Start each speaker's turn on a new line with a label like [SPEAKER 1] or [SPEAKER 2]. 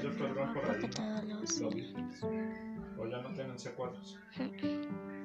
[SPEAKER 1] creo que todos los
[SPEAKER 2] ¿Lo vi? ¿O ya no tienen C4?